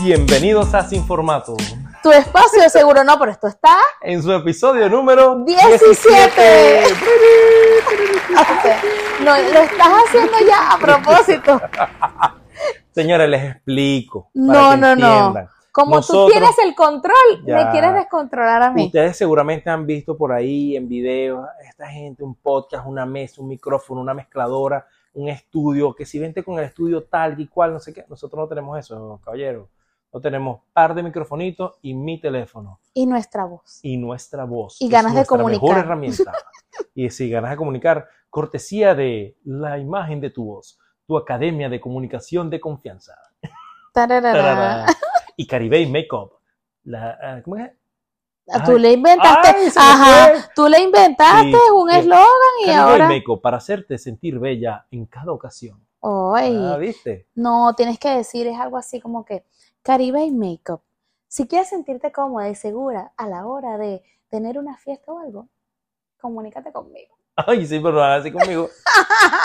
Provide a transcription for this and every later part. Bienvenidos a Sin Formato. Tu espacio de seguro no, pero esto está. En su episodio número 17. No, lo estás haciendo ya a propósito. Señores, les explico. No, para que no, no. entiendan. Como Nosotros- tú tienes el control, Ya. me quieres descontrolar a mí. Ustedes seguramente han visto por ahí en videos esta gente, un podcast, una mesa, un micrófono, una mezcladora, un estudio, que si vente con el estudio tal y cual, no sé qué. Nosotros no tenemos eso, caballero. No tenemos par de microfonitos y mi teléfono Y nuestra voz. y nuestra voz. Y es ganas de nuestra Mejor comunicar. herramienta. y si ganas de comunicar, cortesía de la imagen de tu voz, tu academia de comunicación de confianza. Tararara. Tarara. Y Caribey Makeup. La, ah, ¿Cómo es? Ah, Tú Ay. le inventaste. Ay, se me Ajá. fue. Tú le inventaste Sí, un sí. eslogan y Caribey ahora. Makeup para hacerte sentir bella en cada ocasión. Ay. Ah, ¿Viste? No, tienes que decir, es algo así como que Caribe y Makeup. Si quieres sentirte cómoda y segura a la hora de tener una fiesta o algo, comunícate conmigo. Ay, sí, pero así conmigo.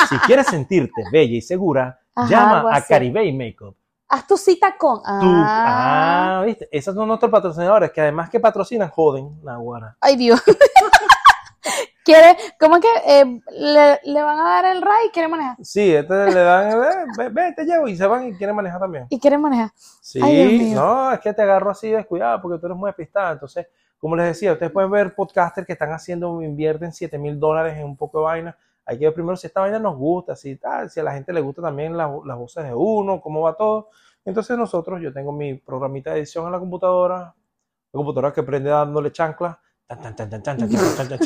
Si quieres sentirte bella y segura, Ajá, algo llama a así. Caribey Makeup. Haz tu cita con. Tú- Ah. ah, ¿viste? Esos son nuestros patrocinadores que además que patrocinan, joden, Nahuara. Ay, Dios. ¿Quiere, ¿Cómo es que eh, le, le van a dar el ray y quiere manejar? Sí, entonces le dan, "Ve, ve, ve, te llevo y se van y quieren manejar también. Y quiere manejar. Sí, Ay, Dios mío. no, es que te agarro así descuidado porque tú eres muy despistada. Entonces, como les decía, ustedes pueden ver podcasters que están haciendo, invierten 7 mil dólares en un poco de vaina. Hay que ver primero si esta vaina nos gusta, si tal, si a la gente le gusta también la- las voces de uno, cómo va todo. Entonces nosotros, yo tengo mi programita de edición en la computadora, la computadora que prende dándole chancla, tan, tan, tan, tan, tan, tan, tan, tan, tan, tan.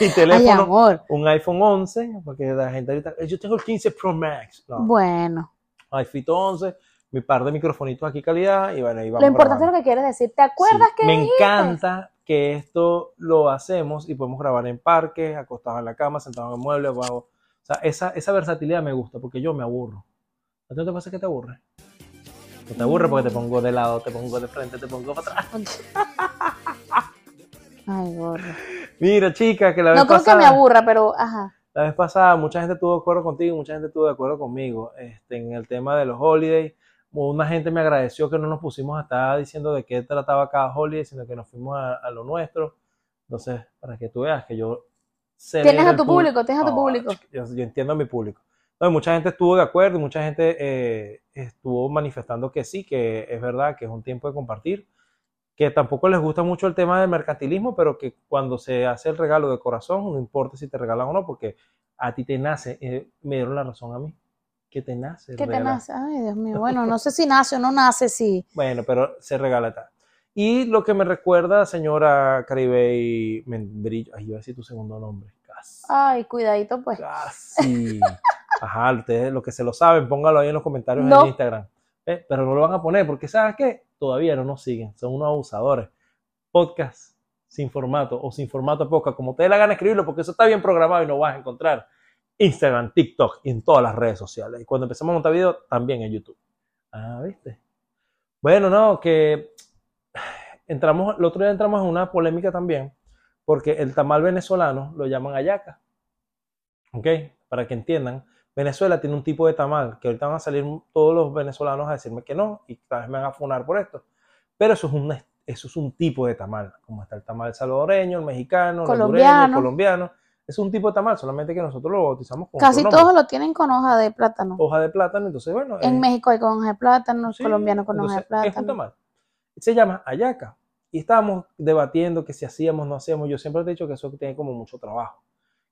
mi Ay, teléfono, amor. un iPhone 11, porque la gente ahorita, "Eh, yo tengo el 15 Pro Max, no, Bueno, iPhone 11, mi par de microfonitos aquí calidad y bueno, ahí vamos. lo importante es grabando. lo que quieres decir. ¿Te acuerdas Sí, que Me dijiste? encanta que esto lo hacemos y podemos grabar en parques, acostados en la cama, sentados en el mueble, bajo. O sea, esa, esa versatilidad me gusta porque yo me aburro. ¿A ti no te pasa que te aburre? Que te aburre porque te pongo de lado, te pongo de frente, te pongo para atrás. Ay, gordo. Mira, chica, que la vez No creo que me pasada- aburra, pero ajá. La vez pasada, mucha gente estuvo de acuerdo contigo, mucha gente estuvo de acuerdo conmigo este, en el tema de los holidays. Una gente me agradeció que no nos pusimos a estar diciendo de qué trataba cada holiday, sino que nos fuimos a, a lo nuestro. Entonces, para que tú veas que yo sé Tienes a tu público, tienes a tu público. Ah, Yo, yo entiendo a mi público. No, y mucha gente estuvo de acuerdo y mucha gente eh, estuvo manifestando que sí, que es verdad, que es un tiempo de compartir, que tampoco les gusta mucho el tema del mercantilismo, pero que cuando se hace el regalo de corazón, no importa si te regalan o no, porque a ti te nace, eh, me dieron la razón a mí, que te nace. el ¿Qué te regalar. nace? Ay, Dios mío. Bueno, no sé si nace o no nace, sí. Bueno, pero se regala tal. Y lo que me recuerda, señora Caribey Membrillo, ay, iba a decir tu segundo nombre, casi. Ay, cuidadito, pues. Casi. Ajá, ustedes los que se lo saben, póngalo ahí en los comentarios No. en Instagram. ¿Eh? Pero no lo van a poner porque, ¿sabes qué? Todavía no nos siguen, son unos abusadores. Podcast sin formato o sin formato podcast, como te dé la gana escribirlo, porque eso está bien programado y lo vas a encontrar. Instagram, TikTok y en todas las redes sociales. Y cuando empezamos a montar video, también en YouTube. Ah, ¿viste? Bueno, no, que entramos, el otro día entramos en una polémica también, porque el tamal venezolano lo llaman ayaca. ¿Ok? Para que entiendan, Venezuela tiene un tipo de tamal que ahorita van a salir todos los venezolanos a decirme que no y tal vez me van a funar por esto. Pero eso es un, eso es un tipo de tamal, como está el tamal salvadoreño, el mexicano, el hondureño, el Colombiano. colombiano. Es un tipo de tamal, solamente que nosotros lo bautizamos con Casi otro nombre. todos lo tienen con hoja de plátano. hoja de plátano, entonces bueno, En eh, México hay con hoja de plátano, Sí, colombiano con hoja de entonces, Es un plátano. tamal. Se llama ayaca. Y estábamos debatiendo que si hacíamos, no hacíamos. Yo siempre he dicho que eso tiene como mucho trabajo.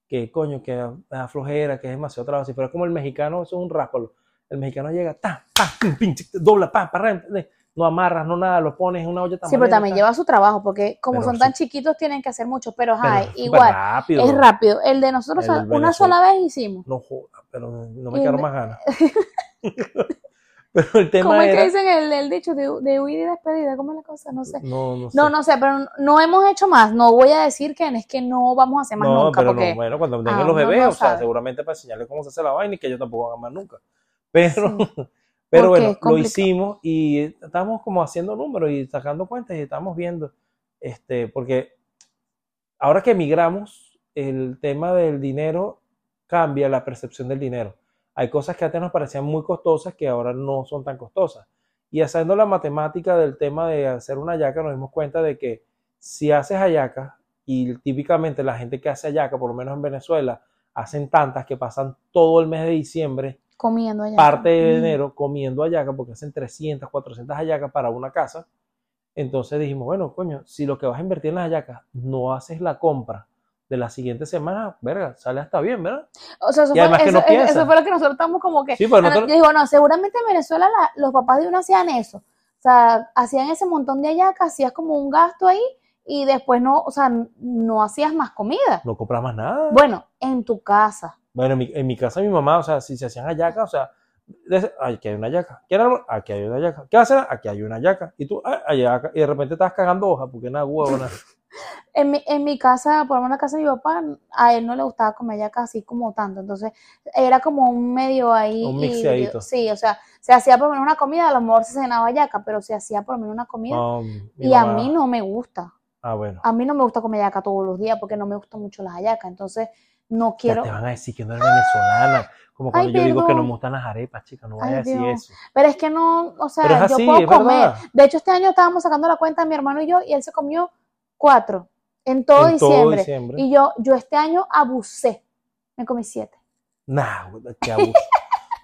Que coño, que la flojera, que es demasiado trabajo. Si fuera como el mexicano, eso es un rápalo. El mexicano llega, ta, pa, pim, pim, chic, dobla, pa, pa, ram, eh, no amarras, no nada, lo pones en una olla Sí, pero tamalera, también ta. lleva su trabajo, porque como Pero son sí. tan chiquitos tienen que hacer mucho, pero Pero ajá, es súper igual, rápido, es bro. rápido. El de nosotros El del una Venezuela. sola vez hicimos. No joda, pero no me Y quedaron me- más ganas. pero el tema ¿Cómo es era- que dicen el, el dicho de, de huida y despedida? ¿Cómo es la cosa? No sé. No, no sé. No, no sé, pero no hemos hecho más. No voy a decir que es que no vamos a hacer más No, nunca, pero no, porque bueno, cuando vengan Ah, los uno bebés, no o sea, sabe. seguramente para enseñarles cómo se hace la vaina y que ellos tampoco van a amar nunca. Pero, Sí. pero Porque bueno, es lo complicado. hicimos y estábamos como haciendo números y sacando cuentas y estábamos viendo, este, porque ahora que emigramos, el tema del dinero cambia la percepción del dinero. Hay cosas que antes nos parecían muy costosas que ahora no son tan costosas. Y haciendo la matemática del tema de hacer una yaca, nos dimos cuenta de que si haces hallacas, y típicamente la gente que hace hallaca, por lo menos en Venezuela, hacen tantas que pasan todo el mes de diciembre, Comiendo allá. parte de enero, comiendo hallaca, porque hacen 300, 400 hallacas para una casa. Entonces dijimos, bueno, coño, si lo que vas a invertir en las hallacas no haces la compra de la siguiente semana, verga, sale hasta bien, ¿verdad? O sea, eso, Y fue, además que eso- no eso- piensa. eso fue lo que nosotros estamos como que. Sí, pues, pero Ah, no, nosotros- Yo digo, no, seguramente en Venezuela la- los papás de uno hacían eso. O sea, hacían ese montón de hallacas, hacías como un gasto ahí y después no, o sea, n- no hacías más comida. no compras más nada. Bueno, en tu casa. Bueno, en mi, en mi casa mi mamá, o sea, si se hacían hallacas, o sea, de- ay, aquí hay una hallaca. ¿Qué árbol? Aquí hay una hallaca. ¿Qué hacen? Aquí hay una hallaca. Y tú, ah, hallaca. Y de repente estás cagando hoja porque una huevona. En mi, en mi casa, por lo menos la casa de mi papá, a él no le gustaba comer hallacas así como tanto. Entonces, era como un medio ahí. Un híbrido. mixeadito. Sí, o sea, se hacía por lo menos una comida, a lo mejor se cenaba hallaca, pero se hacía por lo menos una comida. No, mi y a mamá- mí no me gusta. Ah, bueno. A mí no me gusta comer hallaca todos los días porque no me gustan mucho las hallacas. Entonces, no Ya quiero. ¡Ah! te van a decir que no eres venezolana. Como cuando Ay, yo digo que no perdón. me gustan las arepas, chica, no Ay, vayas a decir Dios. eso. Pero es que no, o sea, Pero es yo así, puedo es comer. verdad. De hecho, este año estábamos sacando la cuenta mi hermano y yo y él se comió cuatro en todo En diciembre. todo diciembre. Y yo, yo este año abusé. Me comí siete. Nah, güey, qué abuso.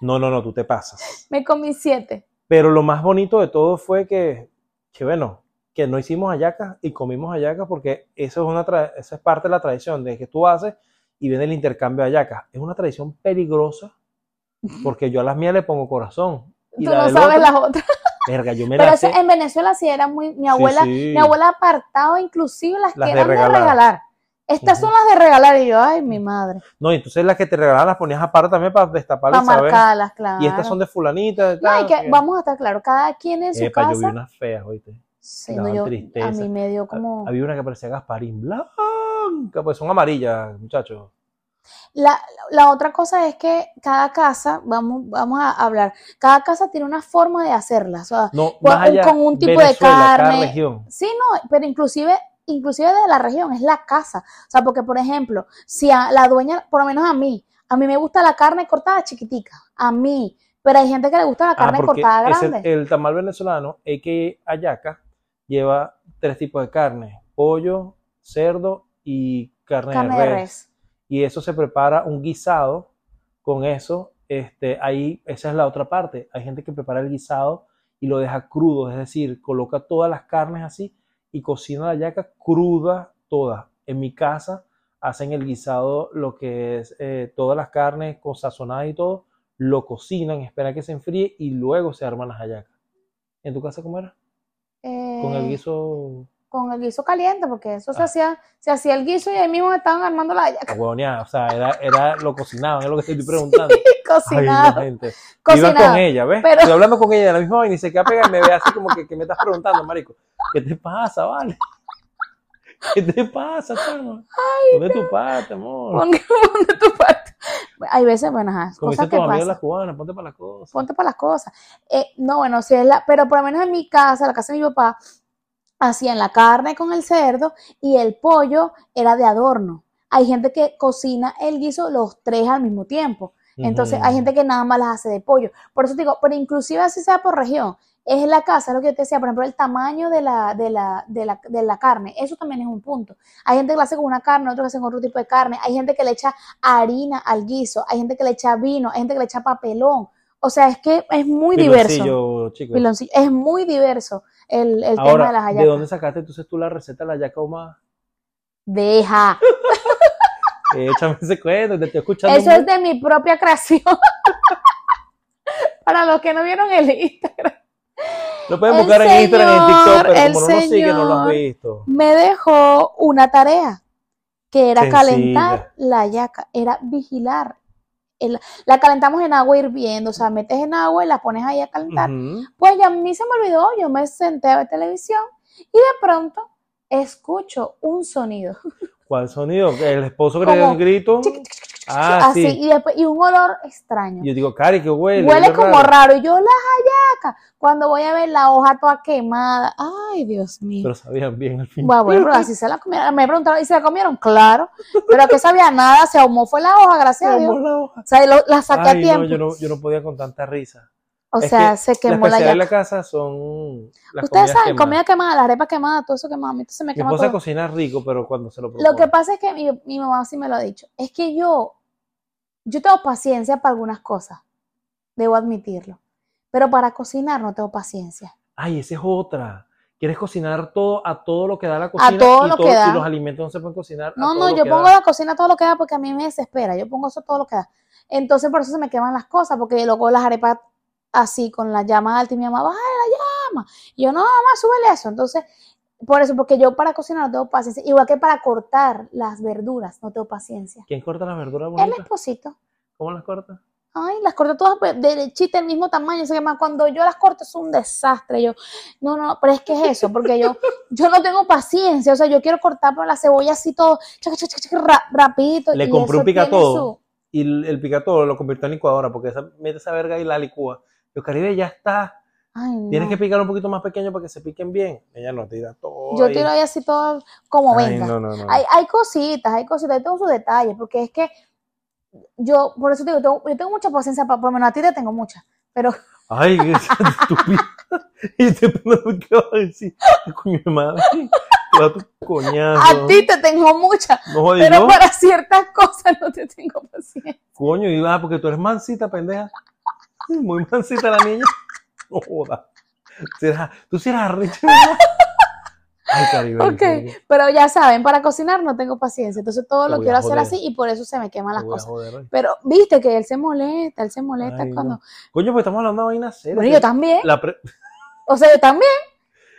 No, no, no, tú te pasas. Me comí siete. Pero lo más bonito de todo fue que, que bueno, que no hicimos hallacas y comimos hallacas porque eso es una tra- esa es parte de la tradición de que tú haces y viene el intercambio de hallacas. Es una tradición peligrosa porque yo a las mías le pongo corazón. Y Tú la no del sabes otro, las otras. Verga, yo me Pero la eso sé. en Venezuela sí era muy. Mi Sí, abuela, sí. mi abuela apartaba inclusive las, Las que de eran regalar. de regalar. Estas son las de regalar. Y yo, ay, mi madre. No, y entonces las que te regalaban las ponías aparte también para destapar Para y saber. marcarlas, claro. Y estas son de fulanita. de No, hay tal, que, que- vamos a estar claro, cada quien en su Epa, yo vi casa. unas feas, oíste. Sí, daban no, yo- tristeza. Ah, a mí me dio como. Había una que parecía Gasparín, blanca, pues son amarillas, muchachos. La, la otra cosa es que cada casa, vamos, vamos a hablar, cada casa tiene una forma de hacerla. o sea, No, Con- más allá, con Pues un tipo de Venezuela, cada carne. región. sí, no, pero inclusive, inclusive de la región, es la casa. O sea, porque por ejemplo, si a la dueña, por lo menos a mí, a mí me gusta la carne cortada chiquitica, a mí, pero hay gente que le gusta la Ah, carne porque cortada es el- grande. el, tamal venezolano, que ayaca, lleva tres tipos de carne: pollo, cerdo y carne, carne de res. Y eso se prepara un guisado con eso. Este, ahí, esa es la otra parte. Hay gente que prepara el guisado y lo deja crudo, es decir, coloca todas las carnes así y cocina la yaca cruda toda. En mi casa hacen el guisado, lo que es eh, todas las carnes con sazonadas y todo, lo cocinan, esperan que se enfríe y luego se arman las hallacas. ¿En tu casa cómo era? Con el Eh, guiso con el guiso caliente, porque eso se Ah. hacía, se hacía el guiso y ahí mismo estaban armando la hallaca a ah, huevoneada, o sea, era, era lo cocinaban, es lo que te estoy preguntando. Ay, no, cocinado, gente. Iba cocinado. con ella, ¿ves? Pero- Estoy hablando con ella de la misma vaina y se queda pegada y me ve así como que, que me estás preguntando, marico. ¿Qué te pasa, vale? ¿Qué te pasa, chamo? ¿Dónde tu parte, amor? Ponle- ponle tu parte. Hay veces, bueno, ajá, Como cosas dicen que tus amigos pasan. las cubanas, ponte para las cosas. Ponte para las cosas. Eh, no, bueno, si es la, pero por lo menos en mi casa, la casa de mi papá, hacían la carne con el cerdo y el pollo era de adorno. Hay gente que cocina el guiso los tres al mismo tiempo. Entonces, hay gente que nada más las hace de pollo. Por eso te digo, pero inclusive así sea por región, es la casa, es lo que yo te decía, por ejemplo, el tamaño de la, de la, de la, de la carne, eso también es un punto. Hay gente que la hace con una carne, otros que hacen con otro tipo de carne, hay gente que le echa harina al guiso, hay gente que le echa vino, hay gente que le echa papelón. O sea, es que es muy diverso. Piloncillo, chicos. Piloncillo. Es muy diverso el, el tema de las Ahora, ¿de hallacas. dónde sacaste entonces tú la receta de la yaca ahumada? Deja. Eh, Échame ese cuento, te estoy escuchando. Eso es de mi propia creación. Para los que no vieron el Instagram. Lo pueden el buscar en Instagram y en TikTok, señor, pero el como no nos sigue, no lo has señor. visto. me dejó una tarea, que era Sencilla. calentar la hallaca, era vigilar. El- la calentamos en agua hirviendo, o sea, metes en agua y la pones ahí a calentar. Ujú. Pues ya a mí se me olvidó, yo me senté a ver televisión y de pronto escucho un sonido. ¿Cuál sonido? El esposo que Como- le da un grito. Chiqui, chiqui, chiqui, chiqui, Ah, así, sí. y, después, y un olor extraño. Yo digo, Cari, que huele. Huele como raro. Y yo, las hallacas. Cuando voy a ver la hoja toda quemada. Ay, Dios mío. Pero sabían bien al fin. Bueno, bueno, pero así se la comieron. Me preguntaron, ¿y se la comieron? Claro. Pero que sabía nada, se ahumó, fue la hoja, gracias a Dios. Amor, la hoja. O sea, lo- la saqué a Ay, no, tiempo. yo no, yo no podía con tanta risa. O Es sea, que se Las quemó la especialidades de yaca. la casa son. las comidas Ustedes saben, quemadas. comida quemada, las arepas quemadas, todo eso quemado. a mí entonces me Mi quema esposa todo. cocina rico, pero cuando se lo propone. Lo que pasa es que mi, mi mamá sí me lo ha dicho. Es que yo, yo tengo paciencia para algunas cosas, debo admitirlo. Pero para cocinar no tengo paciencia. Ay, esa es otra. Quieres cocinar todo a todo lo que da la cocina todo y, lo que da. y los alimentos no se pueden cocinar. a No, todo no, lo yo que pongo da. la cocina todo lo que da porque a mí me desespera. Yo pongo eso todo lo que da. Entonces por eso se me queman las cosas, porque luego las arepas así, con la llama alta y mi mamá, baja la llama. Y yo, no, mamá, súbele eso. Entonces, por eso, porque yo para cocinar no tengo paciencia. Igual que para cortar las verduras, no tengo paciencia. ¿Quién corta las verduras El bonitas? esposito. ¿Cómo las corta? Ay, las corto todas pe- derechita, el mismo tamaño. Se llama, cuando yo las corto es un desastre. Yo, no, no, pero es que es eso, porque yo, yo no tengo paciencia. O sea, yo quiero cortar por la cebolla así todo, chaca, chaca, chaca, ra- rapidito. Le y compré un eso tiene picatodo. su- Y el, el picatodo lo convirtió en licuadora porque esa, mete esa verga y la licúa. Los caribe ya está. Ay, Tienes no. que picar un poquito más pequeño para que se piquen bien. Ella lo tira todo. Yo ahí. tiro ahí así todo como Ay, venga. no, no, no. Hay, hay cositas, hay cositas, hay todos sus detalles, porque es que yo, por eso te digo, tengo- yo tengo mucha paciencia, pa- por lo menos a ti te tengo mucha, pero Ay, qué estúpido. Y te pregunto qué vas a decir. Coño de madre. Te da tu coñazo. a ti te tengo mucha, No jodí pero yo. para ciertas cosas no te tengo paciencia. Coño, y ah, porque tú eres mansita, pendeja. Muy mansita la niña. No jodas. Si eras- Tú sí eras arrecha, ¿verdad? Ay, Caribe. Ok, pero ya saben, para cocinar no tengo paciencia, entonces todo Te lo voy a quiero hacer joder. así y por eso se me queman las cosas. Joder, Pero viste que él se molesta, él se molesta Ay, no. cuando... Coño, pues estamos hablando de vainas serias. Bueno, yo también, La, pre- o sea, yo también.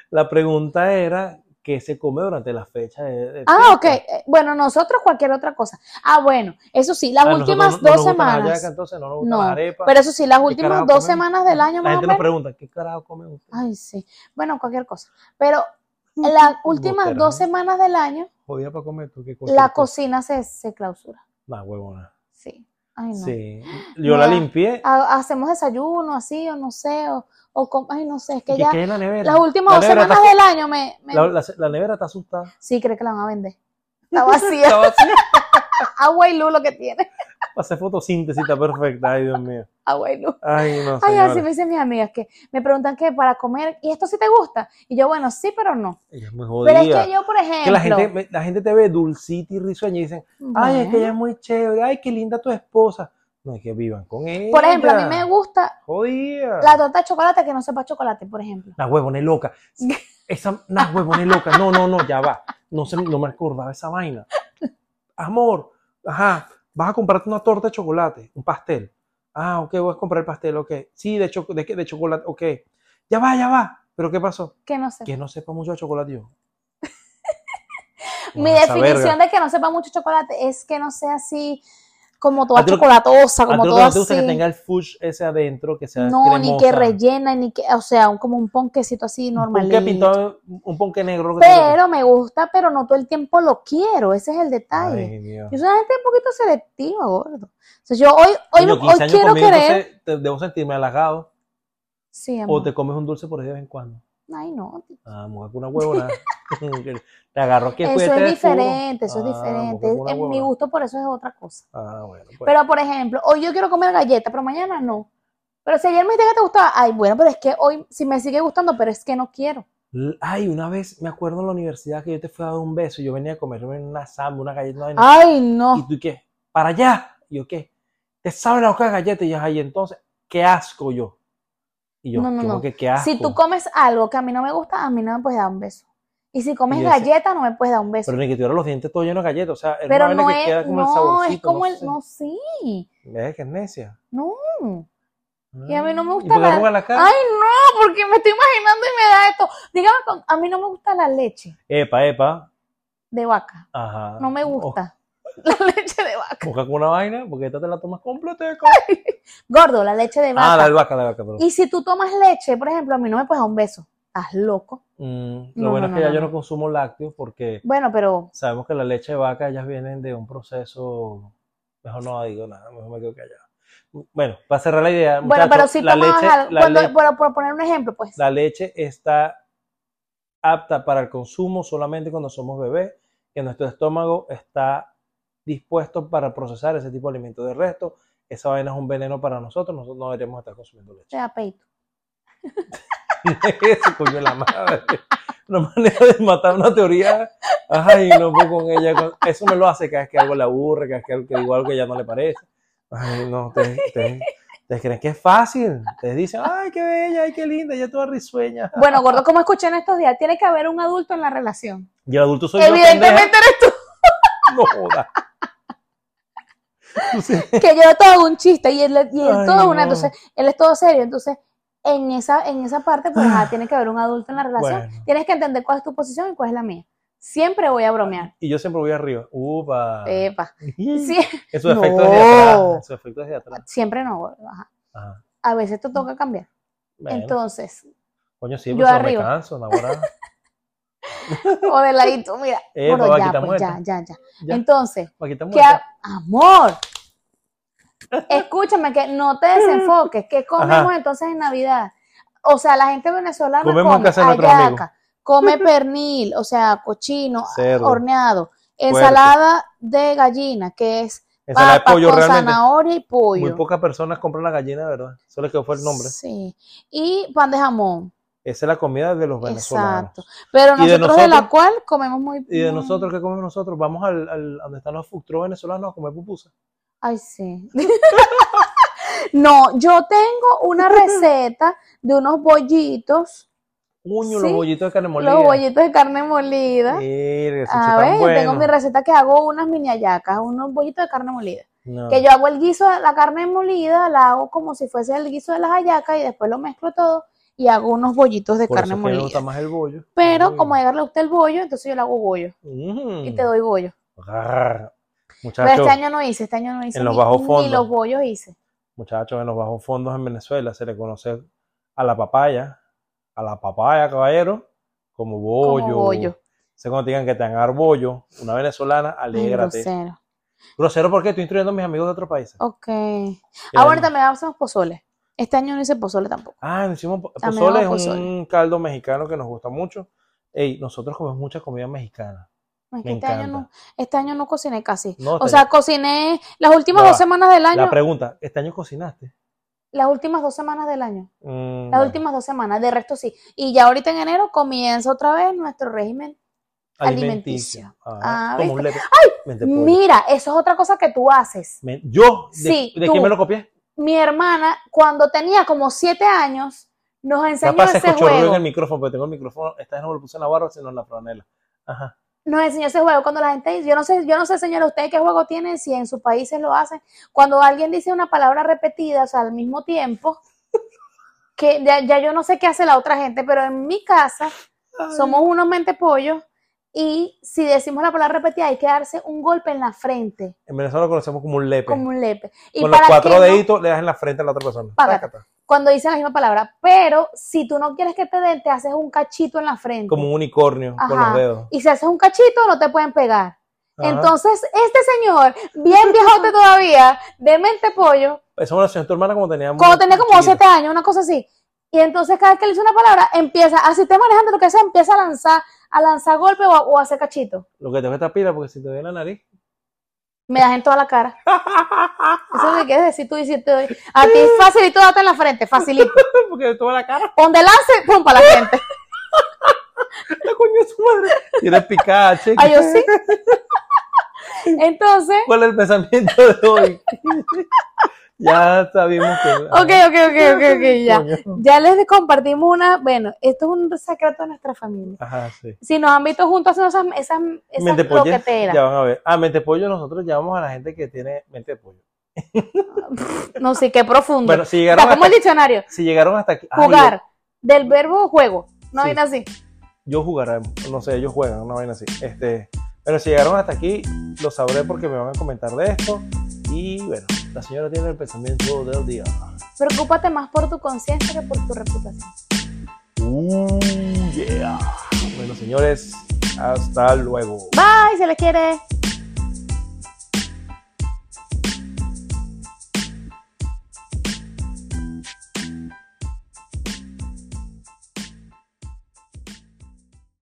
la pregunta era qué se come durante la fecha de, de Ah, ok, fiesta. eh, bueno, nosotros cualquier otra cosa. Ah, bueno, eso sí, Ah, las nosotros últimas no- no dos nos gustan las semanas. hallacas, entonces no nos gustan No, las arepas. pero eso sí, las ¿Qué últimas carajo dos comen? semanas del La año más o gente nos menos. pregunta, ¿qué carajo comen ustedes? Ay, sí. Bueno, cualquier cosa. Pero Mm, las últimas Botera, ¿no? dos semanas del año, Jodida para comer, tú qué cosa. la cocina se, se clausura. Nah, huevona. Sí. Ay, no. Sí. Yo la da- limpié. Ha- hacemos desayuno así, o no sé, o, o com- ay, no sé, es que ¿Y ya qué es la nevera? las últimas La dos nevera semanas del año me, me- La, la- la nevera está asustada. sí creo que la van a vender. Está vacía, Está vacía. agua y luz lo que tiene, Hace fotosíntesis está perfecta. Ay, Dios mío. agua y luz. Ay, no, Ay, señora. así me dicen mis amigas que me preguntan que para comer, ¿y esto sí te gusta? Y yo, bueno, sí, pero no. Ella es muy Pero jodida. es que yo, por ejemplo, Que la gente, me- la gente te ve dulcita y risueña y dicen, ay, es que ella es muy chévere, ay, qué linda tu esposa. No, es que vivan con ella. por ejemplo, a mí me gusta Jodida. la torta de chocolate que no sepa chocolate, por ejemplo. Las huevones locas. Esa, las huevones locas. No, no, no, ya va. No, se, no me acordaba esa vaina. Amor, ajá, vas a comprarte una torta de chocolate, un pastel. Ah, ok, voy a comprar el pastel, ok. Sí, de, cho- de, qué? de chocolate, ok. Ya va, ya va. ¿Pero qué pasó? Que no sé. Que no sepa mucho de chocolate yo. Mi Ah, esa definición verga. de que no sepa mucho chocolate es que no sea así como toda ¿A ti lo que- chocolatosa, A como ti lo que toda no te gusta que así. tenga el fudge ese adentro, que sea No, ni que cremosa. rellena, ni que, o sea, un- como un ponquecito así Un ponque normalito. pintado, un ponque negro. lo que te guste. Pero me gusta, pero no todo el tiempo lo quiero, ese es el detalle. Ay, Dios. Yo soy una gente un poquito selectiva, gordo. O sea, yo hoy, hoy, Coño, no- 15 hoy años quiero conmigo, querer. entonces, te- debo sentirme halagado. Sí, O amor. te comes un dulce por ahí de vez en cuando. Ay, no. Ah, mujer, una huevona. te agarró aquí el Eso cohete es de fuego. diferente, eso es Ah, diferente. mujer, una En mi huevona. gusto por eso es otra cosa. Ah, bueno. Pues. Pero, por ejemplo, hoy yo quiero comer galletas, pero mañana no. Pero si ayer me dijiste que te gustaba, ay, bueno, pero es que hoy sí me sigue gustando, pero es que no quiero. L- Ay, una vez me acuerdo en la universidad que yo te fui a dar un beso. Yo venía a comerme una samba, una galleta. una vaina. Ay, Ah, no. ¿Y tú qué? ¿Para allá? Y yo qué? ¿Te sabe la boca de galleta? Y yo, ay, entonces, qué asco yo. Y yo, No, no, ¿cómo no. que qué asco? Si tú comes algo que a mí no me gusta, a mí no me puedes dar un beso. Y si comes Y ese- galleta, no me puedes dar un beso. Pero ni que tuviera los dientes todos llenos de galletas. O sea, era Pero, una vaina no que queda es, como el no, saborcito. es como el, sé. no, sí. ¿Ves que es necia? No. Y a Ah. mí no me ¿Y gusta por qué la- arruga la cara? Ay, no, porque me estoy imaginando y me da esto. Dígame, con- a mí no me gusta la leche Epa, epa. de vaca. Ajá. No me O- gusta la leche de vaca. Busca con una vaina, porque esta te la tomas completa. co- Gordo, la leche de vaca. Ah, la de vaca, la de vaca, perdón. Y si tú tomas leche, por ejemplo, a mí no me puedes dar un beso. Estás loco. Mm, No, lo bueno no, es que no, ya yo no. no consumo lácteos porque Bueno, pero sabemos que la leche de vaca, ellas vienen de un proceso. Mejor no digo nada, mejor me quedo callado. Bueno, para cerrar la idea, bueno, muchachos, pero si la, tomas leche, algo, la, cuando- le- bueno, por poner un ejemplo, pues. la leche está apta para el consumo solamente cuando somos bebés, que nuestro estómago está dispuesto para procesar ese tipo de alimentos. De resto, esa vaina es un veneno para nosotros, nosotros no deberíamos estar consumiendo leche. Te da peito. Eso, coño, de la madre. Una manera de matar una teoría. Ay, no puedo con ella. con- Eso me lo hace cada vez que algo le aburre, cada vez que, algo- que digo algo que ya no le parece. Ay, no, te, te, te creen que es fácil. Te dicen, ay, qué bella, ay, qué linda, ya toda risueña. Bueno, gordo, como escuché en estos días, tiene que haber un adulto en la relación. Yo adulto soy yo, pendeja. Evidentemente eres tú, No joda. Tú sí. que yo todo hago un chiste y él, y él Ay, todo una, no. entonces él es todo serio, entonces en esa, en esa parte, pues ajá, tiene que haber un adulto en la relación. Ah. Bueno. Tienes que entender cuál es tu posición y cuál es la mía. Siempre voy a bromear. Y yo siempre voy arriba. Upa. Epa. Sí, Eso efecto No. es de atrás. Eso efecto es de atrás. siempre no, gordo, ajá. Ajá. A veces te toca cambiar. Ah. Bueno, Entonces, coño, sí, yo pero si no me arriba. canso, Navarra. o de ladito, mira. Eh, gordo, vaquita ya, pues, ya, muerta. ya, ya. Ya. Entonces, Paquita que muerta. a- amor. Escúchame, que no te desenfoques. ¿Qué comemos Ajá. entonces en Navidad? O sea, la gente venezolana Comemos en come casa de nuestros amigos. hallaca, come pernil, o sea, cochino, Cerdo. horneado, ensalada de gallina, que es Ensalada de papas pollo, con realmente. zanahoria y pollo. Muy pocas personas compran la gallina, ¿verdad? Solo que fue el nombre. Sí. Y pan de jamón. Esa es la comida de los venezolanos. Exacto. Mm. Pero Y de nosotros de la nosotros- cual comemos muy ¿Y de muy- nosotros qué comemos nosotros? Vamos al, al- a donde están los food trucks venezolanos a comer pupusa. Ay, sí. no, yo tengo una receta de unos bollitos, Uño, Sí, los bollitos de carne molida. los bollitos de carne molida. Mire, eso A está ver, yo tengo bueno. mi receta que hago unas mini hallacas, unos bollitos de carne molida. No. Que yo hago el guiso de la carne molida, la hago como si fuese el guiso de las hallacas y después lo mezclo todo y hago unos bollitos de Por carne eso es que me gusta molida. más el bollo. Pero Mm. como llegarle a usted el bollo, entonces yo le hago bollo Mm. y te doy bollo. Grrr. Pero Muchachos, este año no hice, este año no hice En los ni- bajos ni fondos. los bollos hice. muchachos, en los bajos fondos en Venezuela se le conoce a la papaya, a la papaya, caballero, como bollo. Como bollo. Se cuando te digan que te van a dar bollo, una venezolana, Ay, alégrate. grosero. Grosero porque estoy instruyendo a mis amigos de otros países. Ok. Que- Oh, Ah, bueno, también hacemos pozole. Este año no hice pozole tampoco. Ah, nos hicimos po- También pozole, es hago pozole. un caldo mexicano que nos gusta mucho. Ey, nosotros comemos mucha comida mexicana. Es que Me este año no, encanta. este año no cociné casi. No, O te- sea, cociné las últimas Ya dos va. semanas del la año. pregunta, ¿este año cocinaste? Las últimas dos semanas del año. Mm, Las bueno, últimas dos semanas. De resto sí. Y ya ahorita en enero comienza otra vez nuestro régimen. alimenticio. Ah, Ah, como un lepe- Mente pollo. Mira, eso es otra cosa que tú haces. Me- ¿Yo? ¿De, Sí, ¿de tú. quién me lo copié? Mi hermana, cuando tenía como siete años, nos enseñó Capaz se ese escuchó ruido en juego. el micrófono, porque tengo el micrófono, esta vez no me lo puse en la barra, sino en la franela. Ajá. nos enseñó ese juego cuando la gente dice, yo no sé, yo no sé, señora, ustedes qué juego tienen, si en sus países lo hacen. Cuando alguien dice una palabra repetida, o sea, al mismo tiempo, que ya, ya yo no sé qué hace la otra gente, pero en mi casa somos unos mentepollos y si decimos la palabra repetida hay que darse un golpe en la frente, En Venezuela lo conocemos como un lepe. como un lepe. Y Con los para que cuatro no- deditos le das en la frente a la otra persona. Págate. Tácata. cuando dicen la misma palabra, pero si tú no quieres que te den, te haces un cachito en la frente. Como un unicornio con los Ajá. dedos. Y si haces un cachito, no te pueden pegar. Ajá. Entonces, este señor, bien viejote todavía, de mente pollo, Eso me lo enseñó tu hermana cuando tenía muy- cuando tenía como chiquita. 7 años, una cosa así. Y entonces cada vez que le dice una palabra, empieza, así esté manejando lo que sea, empieza a lanzar, a lanzar golpe o a, o a hacer cachito. Lo que tengo esta pila, porque si te doy en la nariz. Me das en toda la cara. Eso es lo que quieres decir tú y si te doy. A ti facilito date en la frente, facilito. porque de toda la cara, Donde lance, pum, para la frente. la coño de su madre. Tienes picada, che. Ay, Ah, yo sí. Entonces, ¿Cuál es el pensamiento de hoy? ya sabemos que. ok, ok, ok, ok, ok, ya. Coño. Ya les compartimos una, bueno, esto es un secreto de nuestra familia. Ajá, sí. si nos han visto juntos haciendo esas, esas, esas Mentepollas, loqueteras. ya van a ver. Ah, mente pollo, nosotros llamamos a la gente que tiene mente de pollo. No sé, qué profundo. Bueno, si llegaron, Está como hasta, el diccionario. si llegaron hasta aquí. ah, ay, Jugar. Del verbo juego. No Sí. viene así. yo jugaré, no sé, ellos juegan, una vaina así. Este, pero si llegaron hasta aquí, lo sabré porque me van a comentar de esto. Y bueno, la señora tiene el pensamiento del día. Preocúpate más por tu conciencia que por tu reputación. Uh, yeah. Bueno, señores, hasta luego. Bye, se les quiere.